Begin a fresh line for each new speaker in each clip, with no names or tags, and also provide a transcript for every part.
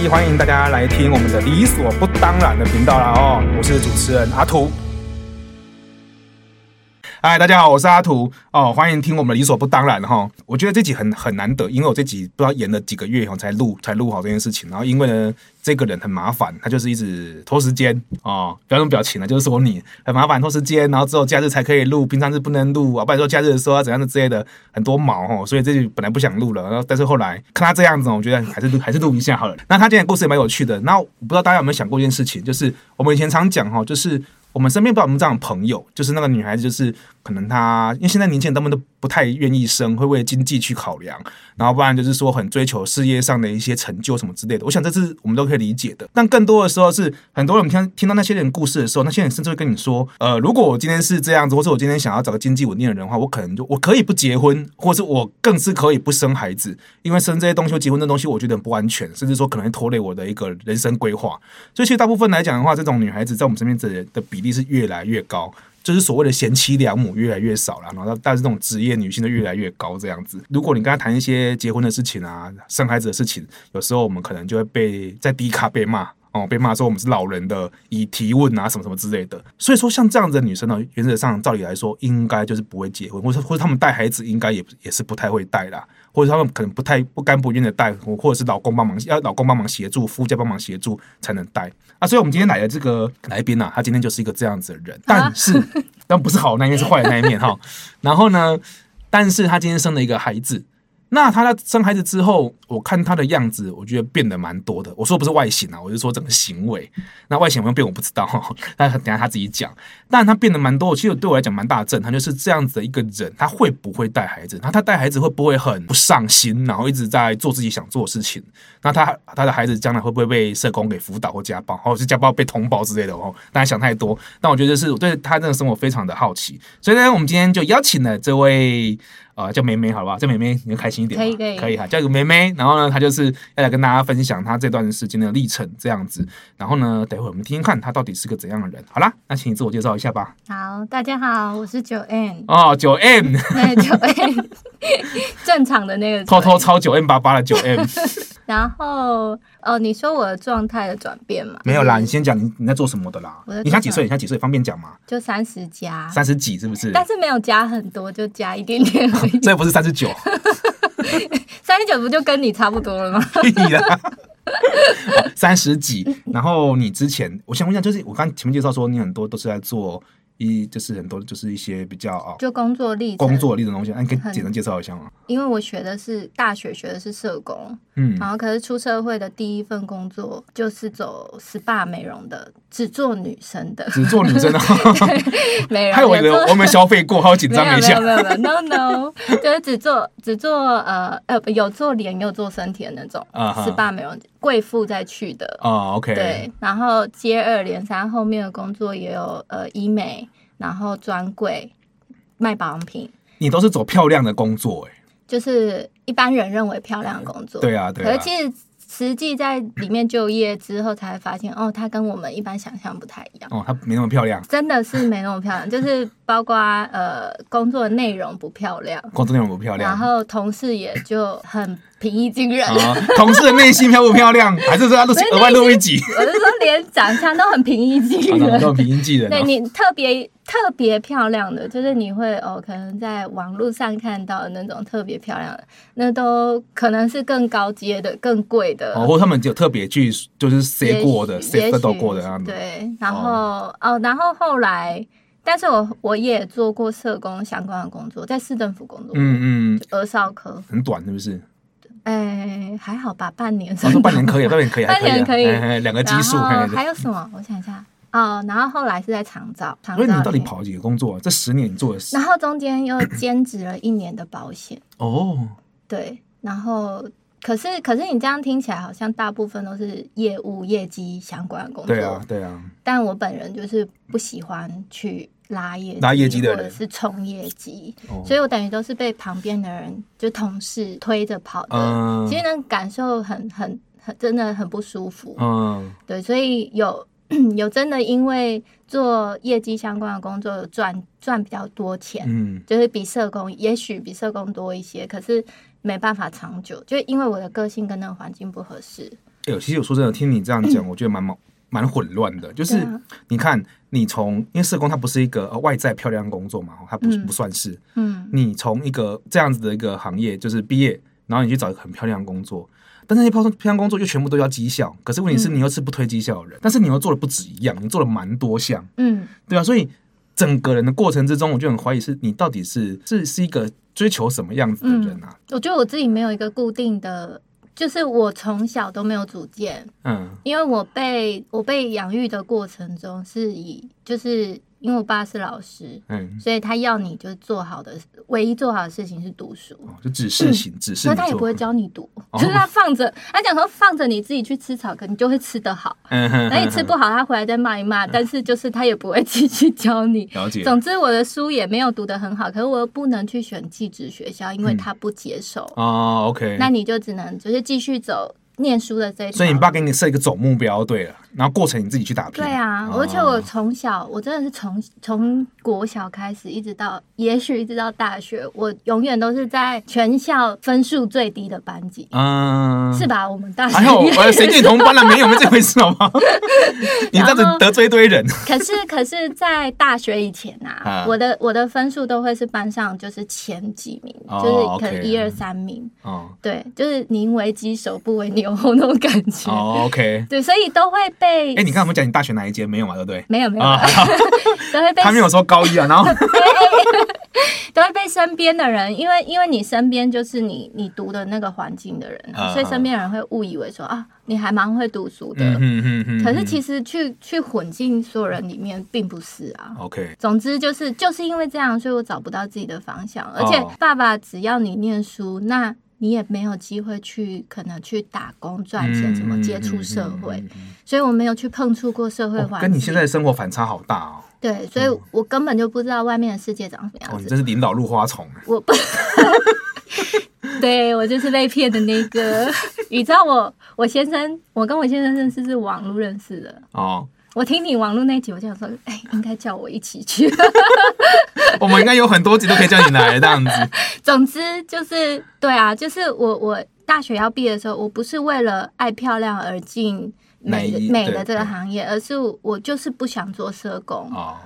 集，欢迎大家来听我们的理所不当然的频道啦哦，我是主持人阿图。嗨，哎大家好，我是阿图哦，欢迎听我们理所不当然哈。我觉得这集很很难得，因为我这集不知道延了几个月哈才录才录好这件事情，然后因为呢这个人很麻烦，他就是一直拖时间哦，不要用表情了，就是说你很麻烦拖时间，然后只有假日才可以录，平常是不能录啊，不然说假日的时候啊怎样的之类的，很多毛哦，所以这集本来不想录了，然后但是后来看他这样子，哦我觉得还是录还是录一下好了。那他今天的故事也蛮有趣的，那我不知道大家有没有想过一件事情，就是我们以前常讲哈，就是。我们身边不知道有没有这样的朋友，就是那个女孩子，就是可能她，因为现在年轻人他们都不太愿意生，会为了经济去考量，然后不然就是说很追求事业上的一些成就什么之类的。我想这是我们都可以理解的，但更多的时候是很多人听听到那些人故事的时候，那些人甚至会跟你说，呃，如呃果我今天是这样子，或者我今天想要找个经济稳定的人的话，我可能就我可以不结婚，或者是我更是可以不生孩子，因为生这些东西、或结婚这东西，我觉得很不安全，甚至说可能会拖累我的一个人生规划。所以其实大部分来讲的话，这种女孩子在我们身边的的比例是越来越高，就是所谓的贤妻良母越来越少了，然后但是这种职业女性就越来越高这样子。如果你跟她谈一些结婚的事情啊、生孩子的事情，有时候我们可能就会被在低卡被骂。哦，被骂说我们是老人的，以提问啊什么什么之类的。所以说，像这样子的女生呢，原则上照理来说，应该就是不会结婚，或者或者他们带孩子应该也也是不太会带啦。或者他们可能不太不甘不愿的带，或或者是老公帮忙，要老公帮忙协助，夫家帮忙协助才能带啊。所以我们今天来的这个来宾啊，他今天就是一个这样子的人，但是、但不是好的那一面，是坏的那一面哈。然后呢，但是他今天生了一个孩子。那他生孩子之后，我看他的样子，我觉得变得蛮多的。我说不是外形啊，我是说整个行为。那外形有没有变，我不知道。那等一下他自己讲。但他变得蛮多，其实对我来讲蛮大的震撼，就是这样子的一个人，他会不会带孩子？那他带孩子会不会很不上心，然后一直在做自己想做的事情？那他他的孩子将来会不会被社工给辅导或家暴，或者是家暴被通报之类的哦？大家想太多。但我觉得是我对他这个生活非常的好奇，所以呢，我们今天就邀请了这位。呃，叫梅梅，好不好？叫梅梅，你就开心一点吧，
可以可以
可以哈，叫个梅梅。然后呢，她就是要来跟大家分享她这段时间的历程，这样子。然后呢，等一会儿我们听听看她到底是个怎样的人。好啦，那请你自我介绍一下吧。
好，大家好，我是九 N，
哦，九 M，
对九 N，正常的那个
偷偷
9N
抄九 M 八八的九 M，
然后哦，你说我的状态的转变嘛？
没有啦，你先讲你你在做什么的啦
我在？做
你现在几
什么
岁？你现在几岁？方便讲吗？
就三十加，
三十几是不是？
但是没有加很多，就加一点 点而已。
这不是三十九，
三十九不就跟你差不多了吗？
屁啦。哦三十几，然后你之前，我想问一下，就是我刚前面介绍说，你很多都是在做一，就是很多就是一些比较啊，
就工作历程，
工作的历程东西，那你可以
很
简单介绍一下吗？
因为我学的是大学学的是社工，
嗯，
然后可是出社会的第一份工作就是走 SPA 美容的，只做女 生的
只做女 生的，
美 容，
害我以为
也做
我没有消费过， 好紧张了一下
没。有没有没有，no no，就是 只做只做呃呃不有做脸有做身体的那种
啊哈
SPA 美容，贵妇再去的，
哦，OK，
对，然后接二连三后面的工作也有呃医美，然后专柜卖保养品，
你都是走漂亮的工作，哎，就是
一般人认为漂亮的工作，
对啊，对
可
啊
是，其实实际在里面就业之后才会发现，哦，它跟我们一般想象不太一样。
哦，她没那么漂亮，
真的是没那么漂亮，就是包括呃工作内容不漂亮，
工作内容不漂
然
亮。
后同事也就很平易近人，
啊，同事的内心漂不漂亮，还是说他录
没有
额外录一 集，
我就说连长相都很平易近
好的，我们都
人。
平易近人
对
哦。
你特别特别漂亮的，就是你会哦，可能在网络上看到的那种特别漂亮的，那都可能是更高阶的、更贵的。
哦，或他们有特别去就是塞过的，
也许
塞奋斗过的啊那样
也许
子。
对，然后哦然后后来，但是我我也做过社工相关的工作，在市政府工作，
嗯嗯，
儿少科，
很短是不是？
哎，还好吧，半年
哦我说半年可以，半年可以，还可以啊，
半年可以
哎哎两个基数。
然
哎
后还有什么？我想一下哦，然后后来是在长照，长
所以
照里
哎你
面
到底？跑了几个工作啊？这十年你做了十
然后中间又兼职了一年的保险，
哦，
对，然后。可是，可是你这样听起来好像大部分都是业务业绩相关的工作，
对啊，对啊，
但我本人就是不喜欢去拉业绩
拉业绩的人
或者是冲业绩，
哦
所以我等于都是被旁边的人就同事推着跑的，
嗯
其实那感受很很很真的很不舒服。
嗯，
对，所以有 有真的因为做业绩相关的工作有赚赚比较多钱，
嗯，
就是比社工也许比社工多一些，可是没办法长久，就因为我的个性跟那个环境不合适，
哎呦，其实我说真的，听你这样 讲，我觉得蛮毛蛮混乱的。就
对
是
啊
你看，你从因为社工它不是一个呃外在漂亮的工作嘛，哦它不
嗯
不算是。
嗯，
你从一个这样子的一个行业，就是毕业，然后你去找一个很漂亮的工作，但是那些漂亮漂亮工作就全部都要绩效。可是问题是，
嗯
你又是不推绩效的人，但是你又做的不止一样，你做了蛮多项，
嗯，
对啊，所以整个人的过程之中，我就很怀疑是你到底是是是一个追求什么样子的人啊？
我觉得我自己没有一个固定的，就是我从小都没有主见，
嗯
因为我被我被养育的过程中是以，就是因为我爸是老师，
嗯，
所以他要你就是做好的，唯一做好的事情是读书。
哦就只是行，只是
所
你
以嗯他也
做
不会教你读，
哦
就是他放着，他讲说放着你自己去吃草根，你就会吃得好。
嗯哼，
那你吃
哼
不好，他回来再骂一骂， 但是就是他也不会 继续教你。
了解，
总之，我的书也没有读得很好，可是我又不能去选寄职学校，因为他不接受。
嗯哦，OK，
那你就只能就是继续走念书的这一条。
所以你爸给你设一个总目标，对了，然后过程你自己去打拼。
对啊，
哦
而且我从小，我真的是从从国小开始，一直到也许一直到大学，我永远都是在全校分数最低的班级，
嗯，
是吧？我 们大学
还有
也
我谁跟你同班了？没有，没这回事，好不 好？你这样子
然后
得罪一堆人。
可是，可是，在大学以前呐、
啊
我的我的分数都会是班上就是前几名，
哦
就是可
OK
能一二三名，
哦
对，就是宁为鸡首不为牛 后那种感觉，
哦，OK。
对，所以都会被、
哎，你刚才有没有讲你大学哪一间？没有嘛，对不对？
没有没有，
啊， 还好
都会被
他没有说高一啊，然后
都会被身边的人，因为因为你身边就是你你读的那个环境的人啊、
啊
所以身边人会误以为说啊，你还蛮会读书的，
嗯嗯嗯嗯，
可是
实
其实去去混进所有人里面并不是啊，
OK，
总之就是就是因为这样，所以我找不到自己的方向。而且
哦
爸爸只要你念书，那你也没有机会去可能去打工
嗯
赚钱，什么接触社会，
嗯嗯嗯嗯
所以我没有去碰触过社会
嗯
环境。
跟你现在的生活反差好大哦。
对，所以我根本就不知道外面的世界长什么
哦，
样
你
子。
真是领导入花丛啊。
我不，对我就是被骗的那个。 你知道我我先生，我跟我先生认识是网络认识的。
哦，
我听你网络那集，我就想说，哎、应该叫我一起去。
我们应该有很多集都可以叫你来这样 子。
总之就是对啊，就是我我大学要毕业的时候，我不是为了爱漂亮而进美
美
美
对
的这个
对
行业，而是我就是不想做社工，
哦，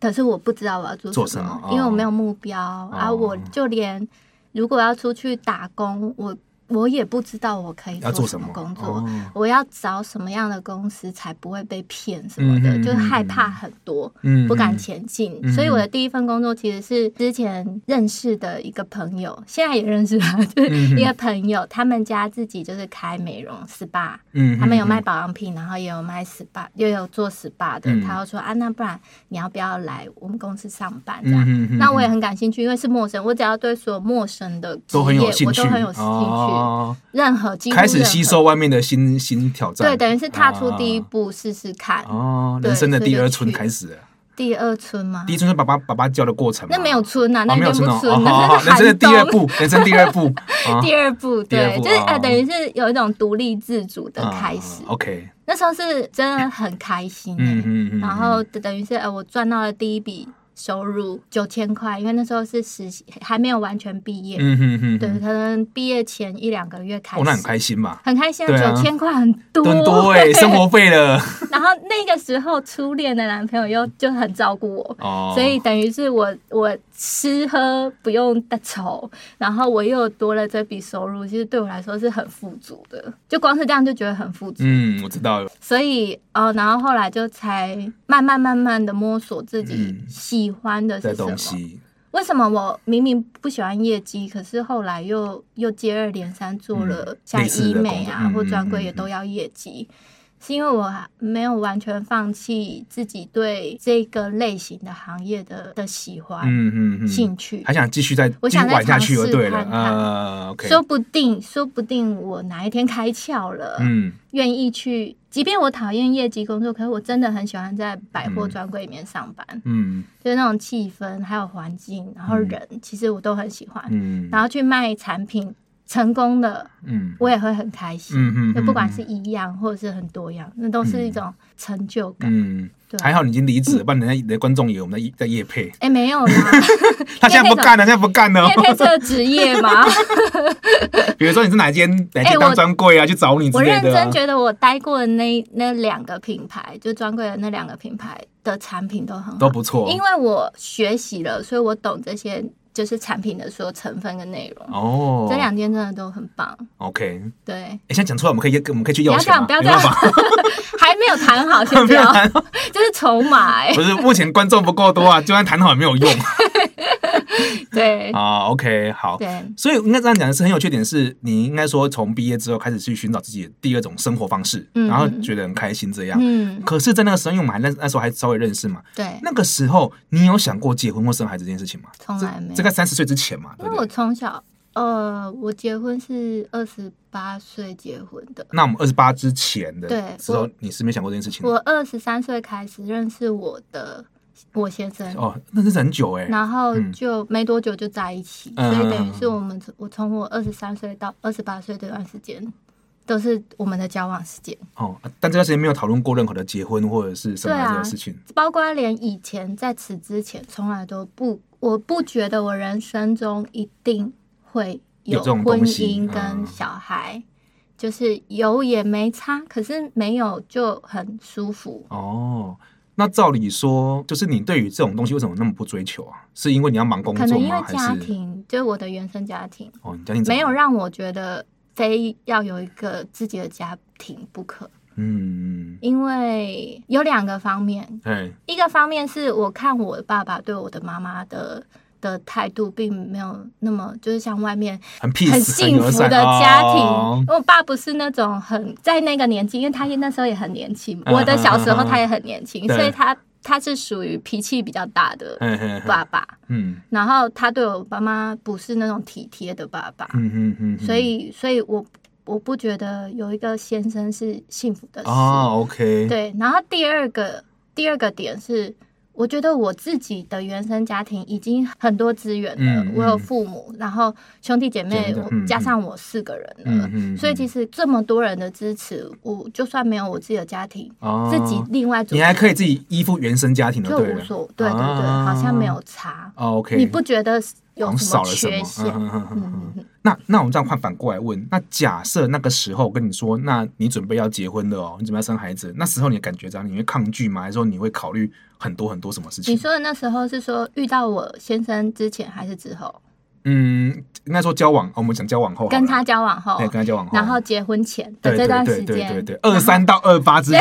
可是我不知道我要做
做
什
什
么，
么
因为我
哦
没有目标，啊，我就连如果要出去打工，我我也不知道我可以
要做
什
什
么
么
工作。
哦
我要找什么样的公司才不会被骗什么的，
嗯哼
就是害
嗯哼
怕很多。
嗯，
不敢前进，
嗯
所以我的第一份工作其实是之前认识的一个朋友，现在也认识他， 就是
嗯
一个朋友，他们家自己就是开美容 SPA，
嗯，嗯
他们有卖。保养品，然后也有卖 SPA，又有做 SPA 的
嗯。
他就说啊，那不然你要不要来我们公司上班这
嗯
样？
嗯嗯
那我也很感兴趣，因为是陌生，我只要对所有陌生的职
都很有
业
兴
我
趣，
都很有兴趣，
哦
任何几乎
开始
任
吸
何
收外面的新新挑战。
对，等于是踏出第一
啊
步试试看，
哦，
对
人生的
所以
第
就
二春
去
开始了，
第二春吗
第？一春是爸爸爸爸教的过程嘛。
那没有春呐、啊，
哦，
那
没有
一定
春哦
不，
哦
春，
好好
那
好
是
人生的
寒
第二
冬。
步，人生第二步啊
第二步，
第二
对，
步
就是呃，
哦
等于是有一种独立自主的
啊
开始。
OK，
那时候是真的很开心、欸，
嗯嗯嗯，
然后等于是呃，我赚到了第一笔收入九千块，因为那时候是实习，还没有完全毕业，
嗯嗯嗯，
对，
嗯，
可能毕业前一两个月开
哦，
始，
那很开心嘛，
很开心啊，
对啊
九千块很多，
很多哎，生。活费了
然后那个时候初恋的男朋友又就很照顾我。
哦，
所以等于是我我吃喝不用的愁，然后我又多了这笔收入，其实对我来说是很富足的，就光是这样就觉得很富足。
嗯，我知道了，
所以呃，然后后来就才慢慢慢慢的摸索自己
嗯
喜欢的
这
是什么。
东西，
为什么我明明不喜欢业绩，可是后来又又接二连三做了
嗯
像
类似
医
的
美啊
工作嗯
或
嗯
专柜
嗯
也都
嗯
要业绩？是因为我还没有完全放弃自己对这个类型的行业的的喜欢、
嗯嗯嗯，
啊兴趣，
还想继续再
我
继续
想再
玩下
尝
去就
试
对了，
看看
呃，OK，
说不定说不定我哪一天开窍了，
嗯
愿意去，即便我讨厌业绩工作，可是我真的很喜欢在百货专柜里面上班，
嗯
就是那种气氛，还有环境，然后人，其实我都很喜欢。
嗯，
然后去卖产品，成功的，
嗯
我也会很开心。
嗯嗯，
就不管
嗯
是一样或者是很多样，那都是一种成就感。
嗯，
对
还好你已经离
嗯
职了，不然人家你的观众以为我们在业在夜配，
哎、没有啦，
他现在不干了，现在不干了
叶。配这个职业嘛，
比如说你是哪间哪间
哎我
当专柜啊，去找你之
我
类
认
的啊
真。觉得我待过的那那两个品牌，就专柜的那两个品牌的产品都很
都
好，
不错
因为我学习了，所以我懂这些就是产品的所有成分跟内容。
哦。
这两间真的都很棒，
OK，
对，
哎，现在讲出来我们可以我们可以去要钱吗？
不要
没
这样
办法，
还没有谈好， 先不
没有
要，
谈 好，
这是筹码、哎
不是目前观众不够多啊，就算谈好也没有用
对
啊。OK，好。
对，
所以应该这样讲的是很有缺点，是你应该说从毕业之后开始去寻找自己的第二种生活方式，
嗯
然后觉得很开心这样。
嗯，
可是，在那个时候，因为我们还那那时候还稍微认识嘛，
对，
那个时候你有想过结婚或生孩子这件事情吗？
从来没有
这在三十岁之前嘛，对
因
不
为我
对？
从小，呃，我结婚是二十八岁结婚的，
那我们二十八之前的
对
时候
我，
你是没想过这件事情的
我二十三岁开始认识我的我先生，
哦，那真是很久哎、
然后
嗯
就没多久就在一起，
嗯
所以等于是我们我从我二十三岁到二十八岁这段时间。都是我们的交往时间，
哦，但这段时间没有讨论过任何的结婚或者是生孩
啊
子的事情。
包括连以前在此之前，从来都不，我不觉得我人生中一定会
有这种
婚
东西
姻
嗯
跟小孩，就是有也没差，可是没有就很舒服。
哦，那照理说，就是你对于这种东西为什么那么不追求啊？是因为你要忙工
可
作
能因
吗？
为
还
家
是
庭，就是我的原生家庭，
哦，你家庭怎么
没有让我觉得非要有一个自己的家庭不可，
嗯，
因为有两个方面，
哎，
一个方面是我看我爸爸对我的妈妈的。的态度并没有那么，就是像外面
很 peace
很幸福的家庭。
哦
我爸不是那种很在那个年纪，因为他那时候也很年轻，
嗯
我的小时
嗯
候
嗯
他也很年轻，
对
所以他他是属于脾气比较大的
嘿嘿嘿
爸爸。
嗯
然后他对我爸妈不是那种体贴的爸爸，
嗯嗯嗯，嗯
所以所以我我不觉得有一个先生是幸福的事。
哦，OK，
对，然后第二个第二个点是，我觉得我自己的原生家庭已经很多资源了，
嗯
我有
嗯
父母，然后兄弟姐妹
真的
我
嗯
加
嗯
上我四个人
嗯
了，
嗯嗯
所以其实这么多人的支持，我就算没有我自己的家庭，
哦
自己另外组
你还
织
可以自己依附原生家庭的，
就
对
无
了。啊
所对对对，好像没有差，
哦 OK，
你不觉得有
好像
什
少
么
了什
缺陷？
么？嗯嗯嗯嗯
嗯
嗯。那那我们这样换反过来问，那假设那个时候我跟你说，那你准备要结婚了哦，你准备要生孩子，那时候你的感觉怎样？你会抗拒吗？还是说你会考虑很多很多什么事
你
情？
说的那时候是说遇到我先生之前还是之后？
嗯，应该说交往，哦我们讲交往后好了，
跟他交往后
对，，跟他交往后，
然后结婚前的
对
这
对
段
对
时
对对
间，
对，二三到二八之间。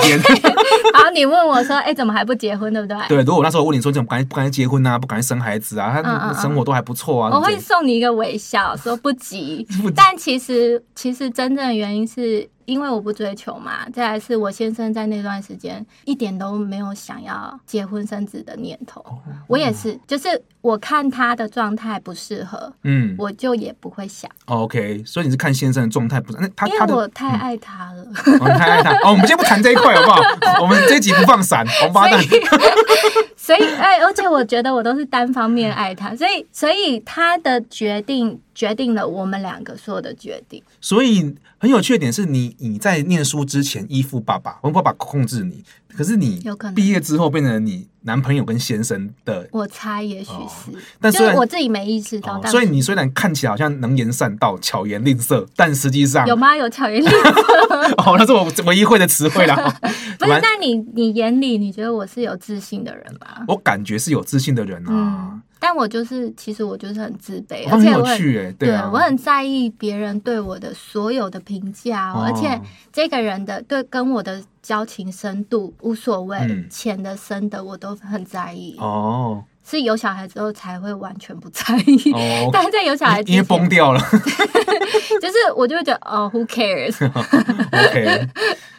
然后你问我说：“哎，怎么还不结婚？对不对？”
对，如果我那时候问你说怎么不敢不敢结婚啊，不敢生孩子啊，
嗯
他
嗯
生活都还不错啊，
我
对
会
不对
送你一个微笑，说不 急。但其实，其实真正的原因是因为我不追求嘛。再来是我先生在那段时间一点都没有想要结婚生子的念头。
哦
我也是，就是我看他的状态不适合，
嗯
我就也不会想，
哦，OK，所以你是看先生的状态，不是那他
因
他
为
的嗯
我太爱他了。
我们看看看，哦，我们先不谈这一块好不好？我们这一集不放闪，王八蛋。
所以，哎，而且我觉得我都是单方面爱他，所以，所以他的决定决定了我们两个所有的决定。
所以很有趣的点是你你在念书之前依附爸爸，我爸爸控制你，可是你
有可能
毕业之后变成你男朋友跟先生的，
我猜，也许是，
哦但
就
虽然
是我自己没意识到，
哦
但
所以你虽然看起来好像能言善道、巧言令色，但实际上
有吗？有巧言令
哦，那是我唯一会的词 汇啦。哦
不
蛮
是？那你你眼里你觉得我是有自信的人吗？
我感觉是有自信的人啊
嗯，，但我就是，其实我就是很自卑，
哦
嗯而
很
且
有
我很。
趣哎、
对
啊，
我很在意别人对我的所有的评价、哦，
哦
而且这个人的对跟我的交情深度无所谓，
嗯
浅的深的我都很在意。
哦
是有小孩之后才会完全不在 意。
哦，
但是在有小孩之
因为
前，
崩掉了。
就是我就会觉得哦，Who cares？
OK，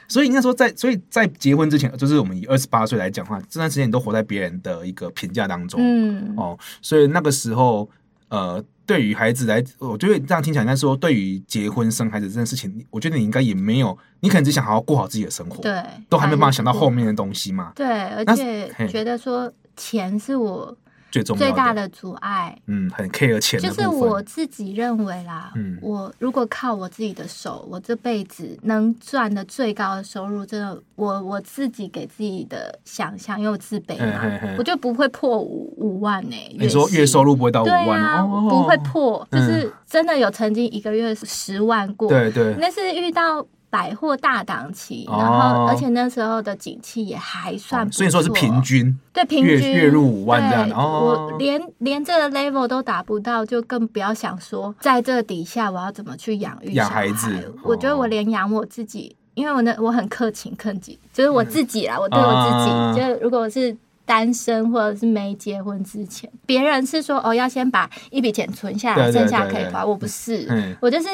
所以应该说在，所以在结婚之前，就是我们以二十八岁来讲的话，这段时间你都活在别人的一个评价当中、
嗯，
哦，所以那个时候，呃，对于孩子来，我觉得这样听起来，应该说对于结婚生孩子这件事情，你我觉得你应该也没有，你可能只想好好过好自己的生活，
对，
都还没有办法想到后
面。
面的东西嘛。
对，而
那
且
嘿
觉得说钱是我
最重要
嗯最大
的，
的阻碍。
嗯，很 care 钱的
就
部分，
是我自己认为啦，
嗯
我如果靠我自己的手，我这辈子能赚的最高的收入，真的，我我自己给自己的想象，因为我自卑嘛，
嘿嘿嘿
我就不会破五五万呢、欸。
你说
薪
月收入不会到五
对
万，
啊，
哦
不会破，就
嗯
是真的有曾经一个月十万过，
对对，
那是遇到百货大档期，
哦
然后而且那时候的景气也还算不错，
所以说是平均，
对平
月
均
月入五万这样
对
哦
我连连这个 level 都达不到，就更不要想说在这底下我要怎么去养育
养
小
孩子
我觉得
哦
我连养我自己，因为我那我很克勤克己，就是我自己啦，我对我自己，
嗯啊
就是如果我是。单身或者是没结婚之前，别人是说哦要先把一笔钱存下来，
对对
剩下
对
可以
对
花。我不是，
嗯
我就是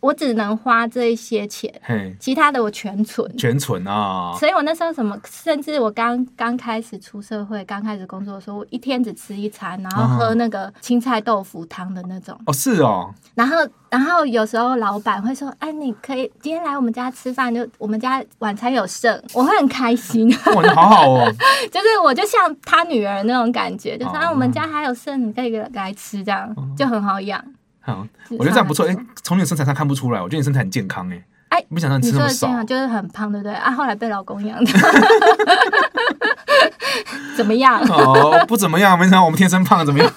我只能花这一些钱，
嘿，
其他的我全存。
全存啊，
所以我那时候什么，甚至我刚刚开始出社会、刚开始工作的时候，我一天只吃一餐，然后喝那
啊
个青菜豆腐汤的那种。
哦是哦，
然后，然后有时候老板会说：“哎，你可以今天来我们家吃饭，就我们家晚餐有剩。”我会很开心，
哇，你好好哦，
就是我就像他女儿那种感觉，就是、
哦
啊，我们家还有剩，你可以来吃，这
啊
样就很好养。
好，我觉得这样不错，哎，从你的身材上看不出来，我觉得你身材很健康，哎，
哎
没想到你
你
吃
说
那么
的
少
经，常就是很胖，对不对？啊，后来被老公养的， 怎么样？
哦，不怎么样，没想到我们天生胖怎么样？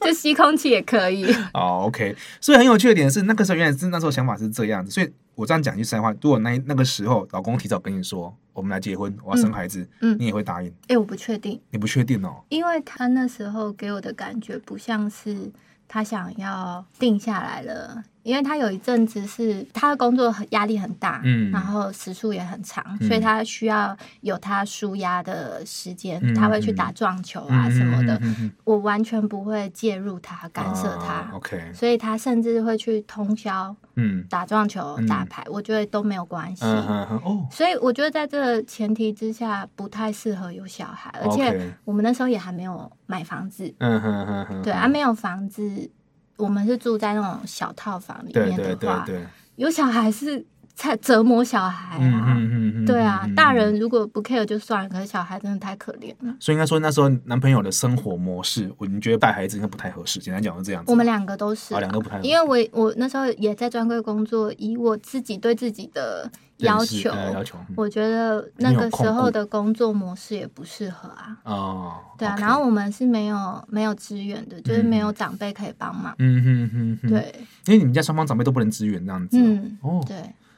就吸空气也可 以。
哦，OK，所以很有趣的点是，那个时候原来是那时候想法是这样子，所以我这样讲句实在话，如果那一那个时候老公提早跟你说我们来结婚，我要生孩子，
嗯
你也会答应？
哎、我不确定，
你不确定哦，
因为他那时候给我的感觉不像是他想要定下来了，因为他有一阵子是他的工作很压力很大，
嗯
然后时数也很长，
嗯
所以他需要有他舒压的时间，
嗯
他会去打撞球啊什么的，
嗯嗯嗯嗯嗯
我完全不会介入他、干涉他。
啊 OK，
所以他甚至会去通宵
嗯
打撞球、
嗯
打牌，我觉得都没有关系。
嗯嗯嗯哦，
所以我觉得在这个前提之下，不太适合有小孩，而
OK
且我们那时候也还没有买房子，
嗯哼哼哼，
对啊，没有房子，我们是住在那种小套房里
对
面
对
的
对
话，
对，
有小孩是才折磨小孩
嗯
啊。
嗯
对啊，大人如果不 care 就算了，可是小孩真的太可怜了。
所以应该说那时候男朋友的生活模式，我你觉得带孩子应该不太合适，简单讲是这样子。
我们两个都是
啊，，两个不太合适，
因为我我那时候也在专柜工作，以我自己对自己的要
认识
求，
呃要求嗯
我觉得那
你有
个
空
时候
顾
的工作模式也不适合啊。
哦，
对啊
OK
然后我们是没有没有资源的，就是没有长辈可以帮忙。
嗯哼哼哼，，
对，
因为你们家双方长辈都不能支援这样子，
嗯，
哦，
对，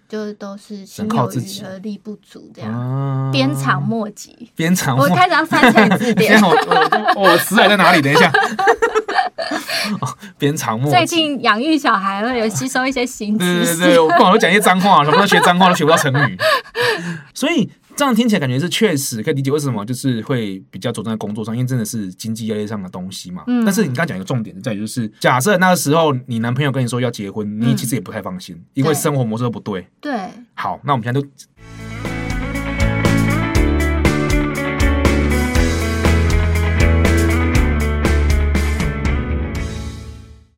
就是都是
能
心
靠
有
自
余
己
而力不足这样，
啊
鞭长莫及。
边长
我开始要 翻成字典
等一下，我我我我词海在哪里？等一 下，哦鞭长莫
最
及。
近养育小孩了，有吸收一些 新
对对
知识。
对，我不好都讲一些脏话，什么都学脏话都学不到成语， 所以这样听起来感觉是确实可以理解为什么就是会比较着重在工作上，因为真的是经济压力上的东西嘛。
嗯
但是你刚刚讲一个重点就在于，就是假设那个时候你男朋友跟你说要结婚，你
嗯
其实也不太放心，因为
对
生活模式都不对。
对
好，那我们现在就